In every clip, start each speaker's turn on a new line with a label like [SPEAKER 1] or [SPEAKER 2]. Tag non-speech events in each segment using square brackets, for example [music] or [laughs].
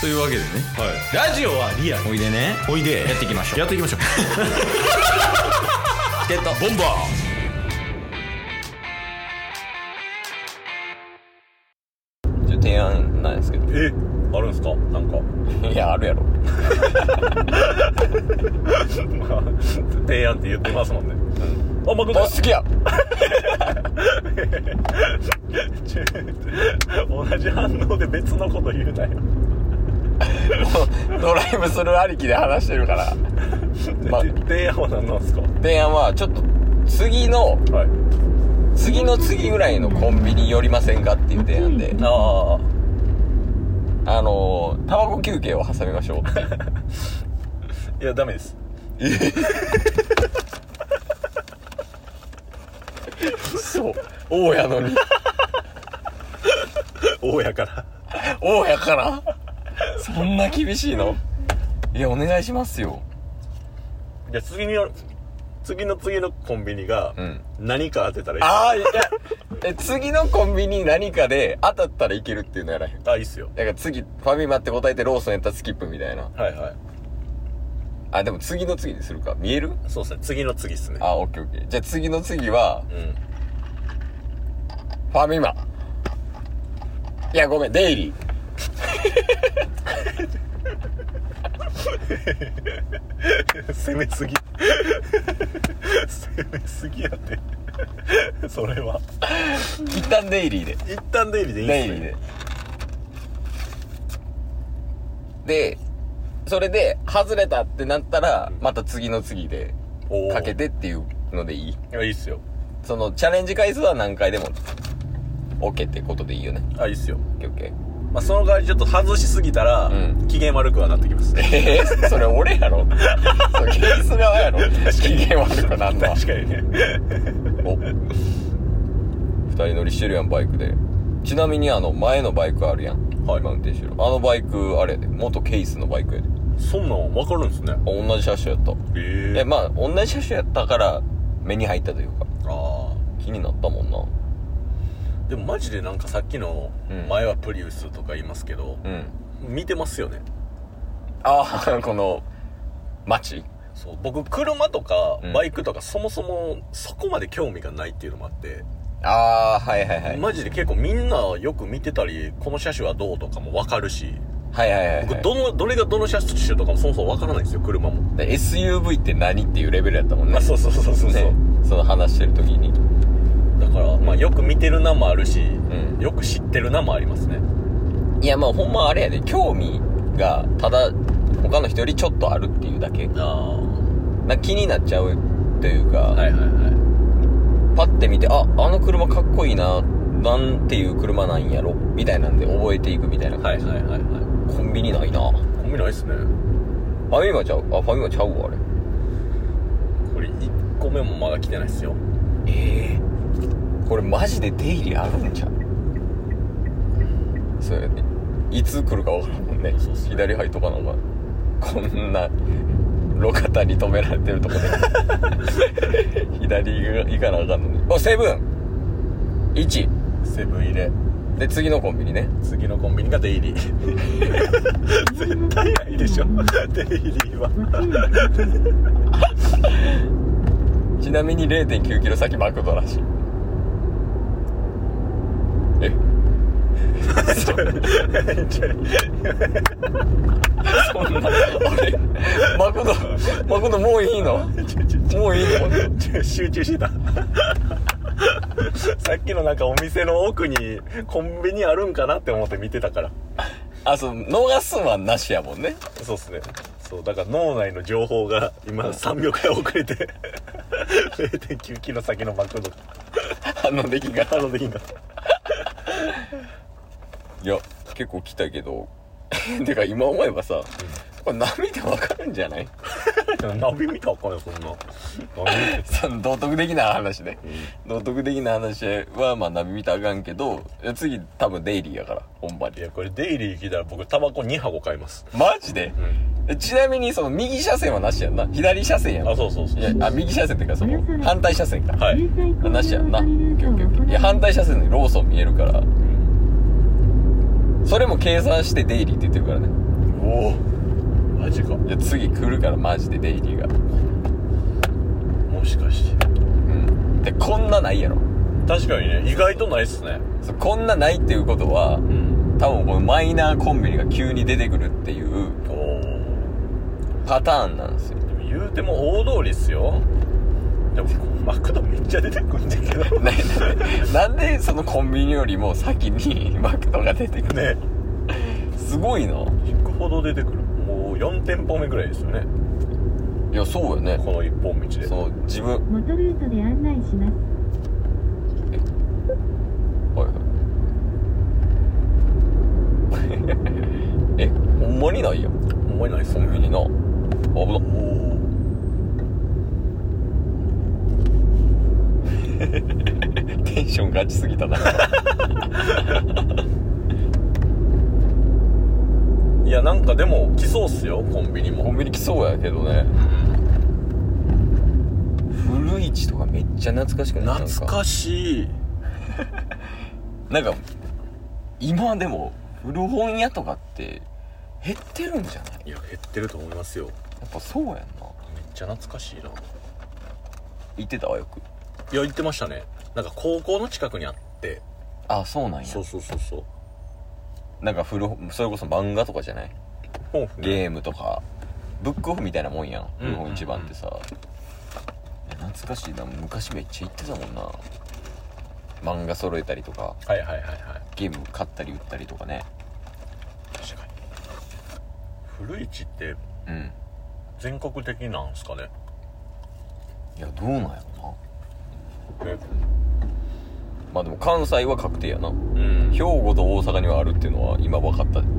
[SPEAKER 1] というわけでね
[SPEAKER 2] ラジオはリアル
[SPEAKER 1] おいでね
[SPEAKER 2] おいで
[SPEAKER 1] やっていきましょう
[SPEAKER 2] やっていきましょう
[SPEAKER 1] チケットボンバーちょっと提案なんですけど
[SPEAKER 2] えあるんすかなんか
[SPEAKER 1] いやあるやろ
[SPEAKER 2] まあ [laughs] 提案って言ってますもんね、あマクド
[SPEAKER 1] あ好きや
[SPEAKER 2] ちょ [laughs] 同じ反応で別のこと言うなよ
[SPEAKER 1] ドライブするありきで話してるからま
[SPEAKER 2] 提案は何なんすか
[SPEAKER 1] 提案はちょっと次の
[SPEAKER 2] はい
[SPEAKER 1] 次の次ぐらいのコンビニ寄りませんかっていう提案で
[SPEAKER 2] あ
[SPEAKER 1] あのータバコ休憩を挟みましょうっていう
[SPEAKER 2] あいやダメです
[SPEAKER 1] そう大家のに
[SPEAKER 2] 大家から
[SPEAKER 1] 大家からそんな厳しいのいやお願いしますよ
[SPEAKER 2] いや次にやる次の次のコンビニが
[SPEAKER 1] ん
[SPEAKER 2] 何か当てたらいい、
[SPEAKER 1] ああいやえ次のコンビニ何かで当たったらいけるっていうのやらへん
[SPEAKER 2] あいいっすよ
[SPEAKER 1] だから次ファミマって答えてローソンやったらスキップみたいな
[SPEAKER 2] はいはい
[SPEAKER 1] あでも次の次にするか見える
[SPEAKER 2] そうですね次の次っすね
[SPEAKER 1] あオッケーオッケーじゃあ次の次は
[SPEAKER 2] うん
[SPEAKER 1] ファミマいやごめんデイリー
[SPEAKER 2] 攻めすぎ攻め [laughs] すぎやって [laughs] それは
[SPEAKER 1] 一旦デイリーで
[SPEAKER 2] 一旦出入りでいいで
[SPEAKER 1] デイ
[SPEAKER 2] す
[SPEAKER 1] リー
[SPEAKER 2] ね
[SPEAKER 1] ででそれで外れたってなったらまた次の次で
[SPEAKER 2] おー
[SPEAKER 1] かけてっていうのでいい
[SPEAKER 2] いやいいっすよ
[SPEAKER 1] そのチャレンジ回数は何回でも OK ってことでいいよね
[SPEAKER 2] あいいっすよ
[SPEAKER 1] OKOK
[SPEAKER 2] まあその代わりちょっと外しすぎたら、
[SPEAKER 1] うん
[SPEAKER 2] 機嫌悪くはなってきます
[SPEAKER 1] えー、それ俺
[SPEAKER 2] [laughs]
[SPEAKER 1] やろそれケース側やろ機嫌悪く [laughs] なんだ
[SPEAKER 2] 確かにね
[SPEAKER 1] お二人乗りしてるやんバイクでちなみにあの前のバイクあるやん
[SPEAKER 2] はい
[SPEAKER 1] 今運転してるあのバイクあれやで元ケースのバイクやであ
[SPEAKER 2] そんなん分かるんですね
[SPEAKER 1] 同じ車種やった
[SPEAKER 2] ええ
[SPEAKER 1] えまあ同じ車種やったから目に入ったというか
[SPEAKER 2] あ
[SPEAKER 1] 気になったもんな
[SPEAKER 2] ーでもマジでなんかさっきの
[SPEAKER 1] うん
[SPEAKER 2] 前はプリウスとか言いますけど、
[SPEAKER 1] うん
[SPEAKER 2] 見てますよね
[SPEAKER 1] ああ [laughs] この街
[SPEAKER 2] そう僕車とか
[SPEAKER 1] うん
[SPEAKER 2] バイクとかそもそもそこまで興味がないっていうのもあって、
[SPEAKER 1] ああはいはいはい、
[SPEAKER 2] マジで結構みんなよく見てたりこの車種はどうとかも分かるし
[SPEAKER 1] はいはいはい、は
[SPEAKER 2] 僕
[SPEAKER 1] い
[SPEAKER 2] どのどれがどの車種とかもそもそも分からないんですよ車も、
[SPEAKER 1] で SUV って何っていうレベルやったもんね
[SPEAKER 2] あそうそうそうそうそう、
[SPEAKER 1] ねその話してる時に
[SPEAKER 2] だからまあよく見てる名もあるし、
[SPEAKER 1] ん
[SPEAKER 2] よく知ってる名もありますね
[SPEAKER 1] いやまあほんまあれやで興味がただ他の人よりちょっとあるっていうだけ
[SPEAKER 2] ああ
[SPEAKER 1] な気になっちゃうというか、
[SPEAKER 2] はいはいは
[SPEAKER 1] パッて見てああの車かっこいいななんていう車なんやろみたいなんで覚えていくみたいな、
[SPEAKER 2] いはいはいはいは
[SPEAKER 1] コンビニないなフ
[SPEAKER 2] いコンビないっすね
[SPEAKER 1] ァミマちゃうあファミマちゃうわあれ
[SPEAKER 2] これ1個目もまだ来てないっすよ
[SPEAKER 1] ええこれマジで出入りあるんちゃうそうやねいつ来るか分からんもんね
[SPEAKER 2] そうっすね
[SPEAKER 1] 左入っとかなお前こんな路肩に止められてるとこ
[SPEAKER 2] [laughs]
[SPEAKER 1] で左行かなあかんのにおセブン1
[SPEAKER 2] セブン入れ
[SPEAKER 1] で次のコンビニね
[SPEAKER 2] 次のコンビニが出入り [laughs] 絶対ないでしょ [laughs] 出入りは
[SPEAKER 1] [laughs] ちなみに0 9キロ先マクドらしいえ [laughs] そんなあれマクドマクドもういいのもういいの
[SPEAKER 2] ちょ集中してた [laughs] さっきのなんかお店の奥にコンビニあるんかなって思って見てたから
[SPEAKER 1] あそう逃すんはなしやもんね
[SPEAKER 2] そうっすねそうだから脳内の情報が今3秒くらい遅れて [laughs] 0.9キロ先のマクド
[SPEAKER 1] 反応できんが
[SPEAKER 2] なのでいいんだ
[SPEAKER 1] いや結構来たけど [laughs] てか今思えばさこれ波でわかるんじゃない
[SPEAKER 2] ナビ見たらあかんよそんなナビ見て
[SPEAKER 1] [laughs] その道徳的な話ね、道徳的な話はまあ波見たらあかんけどいや次多分デイリーやからほんま
[SPEAKER 2] い
[SPEAKER 1] に
[SPEAKER 2] やこれデイリー来たら僕タバコ2箱買います
[SPEAKER 1] マジで、えちなみにその右車線はなしやんな左車線やん
[SPEAKER 2] あそうそうそう
[SPEAKER 1] いやあ右車線っていうかその反対車線か
[SPEAKER 2] はい
[SPEAKER 1] なしやんなオッケーオッケーオッケーいや反対車線にローソン見えるからそれも計算してデイリーって言ってるからね
[SPEAKER 2] おおマジか
[SPEAKER 1] いや次来るからマジでデイリーが
[SPEAKER 2] もしかして
[SPEAKER 1] うんでこんなないやろ
[SPEAKER 2] 確かにね意外とないっすね
[SPEAKER 1] そうこんなないっていうことは
[SPEAKER 2] うん
[SPEAKER 1] 多分このマイナーコンビニが急に出てくるっていう
[SPEAKER 2] おお
[SPEAKER 1] パターンなんですよ
[SPEAKER 2] でも言うても大通りっすよでもマクドめっちゃ出てくんだけ [laughs] ど
[SPEAKER 1] な [laughs] なんでそのコンビニよりも先に [laughs] マクドが出てくる
[SPEAKER 2] ね
[SPEAKER 1] すごいな
[SPEAKER 2] 引くほど出てくるもう4店舗目ぐらいですよね
[SPEAKER 1] いやそうよね
[SPEAKER 2] この一本道で
[SPEAKER 1] そう自分
[SPEAKER 3] 元ルートで案内します。
[SPEAKER 1] はいはい [laughs] えほんまにないやん
[SPEAKER 2] ほんまにないっす
[SPEAKER 1] コンビ
[SPEAKER 2] ね
[SPEAKER 1] ニな危な
[SPEAKER 2] おお
[SPEAKER 1] テンションガチすぎたな
[SPEAKER 2] いやなんかでも来そうっすよコンビニ
[SPEAKER 1] コン
[SPEAKER 2] も
[SPEAKER 1] ビニ来そうやけどね古市とかめっちゃ懐かしくない
[SPEAKER 2] 懐かしい
[SPEAKER 1] なんか今でも古本屋とかって減ってるんじゃない
[SPEAKER 2] いや減ってると思いますよ
[SPEAKER 1] やっぱそうやんな
[SPEAKER 2] めっちゃ懐かしいな
[SPEAKER 1] 行ってたわよく
[SPEAKER 2] いや行ってましたねなんか高校の近くにあって
[SPEAKER 1] あそうなんや
[SPEAKER 2] そうそうそうそう
[SPEAKER 1] なんか古本それこそ漫画とかじゃない
[SPEAKER 2] 本
[SPEAKER 1] ゲームとかブックオフみたいなもんやん
[SPEAKER 2] うんうん
[SPEAKER 1] 古本市場ってさ、いや懐かしいな昔めっちゃ行ってたもんな漫画揃えたりとか
[SPEAKER 2] はいはいはいはい
[SPEAKER 1] ゲーム買ったり売ったりとかね
[SPEAKER 2] 確かに古市って
[SPEAKER 1] うん
[SPEAKER 2] 全国的なんすかね
[SPEAKER 1] いやどうなんやろ
[SPEAKER 2] え
[SPEAKER 1] なまあでも関西は確定やな
[SPEAKER 2] うん
[SPEAKER 1] 兵庫と大阪にはあるっていうのは今分かった
[SPEAKER 2] とか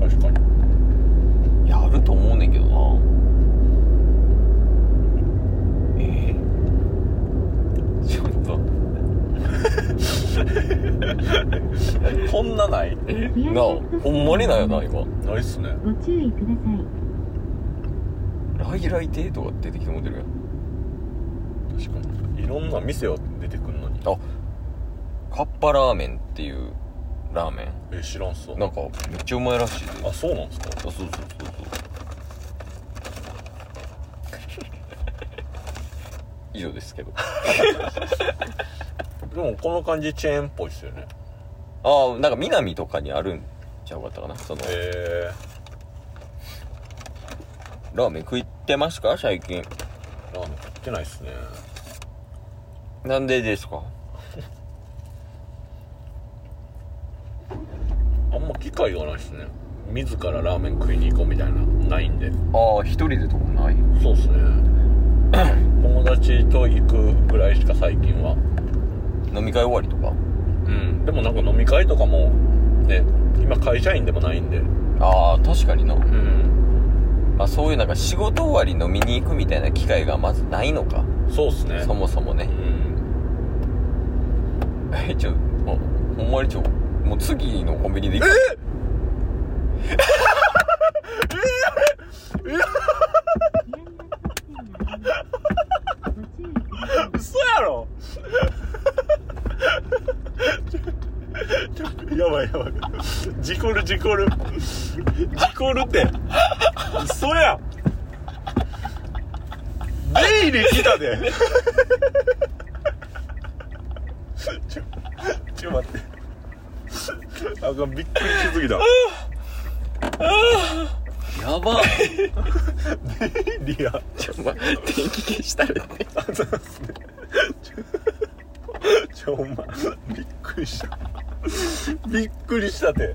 [SPEAKER 2] 確かに
[SPEAKER 1] いやあると思うねんけどなえーちょっと
[SPEAKER 2] こんなない
[SPEAKER 1] えなあほんまにないよな今
[SPEAKER 2] ないっすね
[SPEAKER 3] ご注意ください。
[SPEAKER 1] ライライ亭とか出てきても出るやん
[SPEAKER 2] 確かにいろんな店は出てくんのに
[SPEAKER 1] あカッパラーメンっていうラーメン
[SPEAKER 2] え知らんっすわ
[SPEAKER 1] なんかめっちゃうまいらしいで
[SPEAKER 2] あそうなんすか
[SPEAKER 1] あそう [laughs] そうそうそう以上ですけどあ
[SPEAKER 2] でもこの感じチェーンっぽいっすよね
[SPEAKER 1] あなんか南とかにあるんちゃうかったかなその
[SPEAKER 2] へえ
[SPEAKER 1] ラーメン食いってますか最近
[SPEAKER 2] ラーメン食ってないっすね
[SPEAKER 1] なんでですか
[SPEAKER 2] あんま機会がないっすね自らラーメン食いに行こうみたいなないんで
[SPEAKER 1] ああ一人でとかない
[SPEAKER 2] そうっすね [coughs] 友達と行くぐらいしか最近は
[SPEAKER 1] 飲み会終わりとか
[SPEAKER 2] うんでもなんか飲み会とかもね今会社員でもないんで
[SPEAKER 1] ああ確かにな、
[SPEAKER 2] うん
[SPEAKER 1] まあ、そういうなんか仕事終わり飲みに行くみたいな機会がまずないのか
[SPEAKER 2] そうっすね
[SPEAKER 1] そもそも
[SPEAKER 2] う
[SPEAKER 1] ね [laughs]
[SPEAKER 2] ん
[SPEAKER 1] えちょもうほんまにちょもう次のコンビニで行く
[SPEAKER 3] 治安が不安定な案内ご注意ください。
[SPEAKER 2] 嘘やろちょちょやばいやばい事故る事故る事故るって嘘やんデイリー来たでちょちょ待ってあかんびっくりしすぎた
[SPEAKER 1] やば
[SPEAKER 2] デイリーや
[SPEAKER 1] ちょま電気消したらね
[SPEAKER 2] ちょほんまびっくりしたびっくりしたて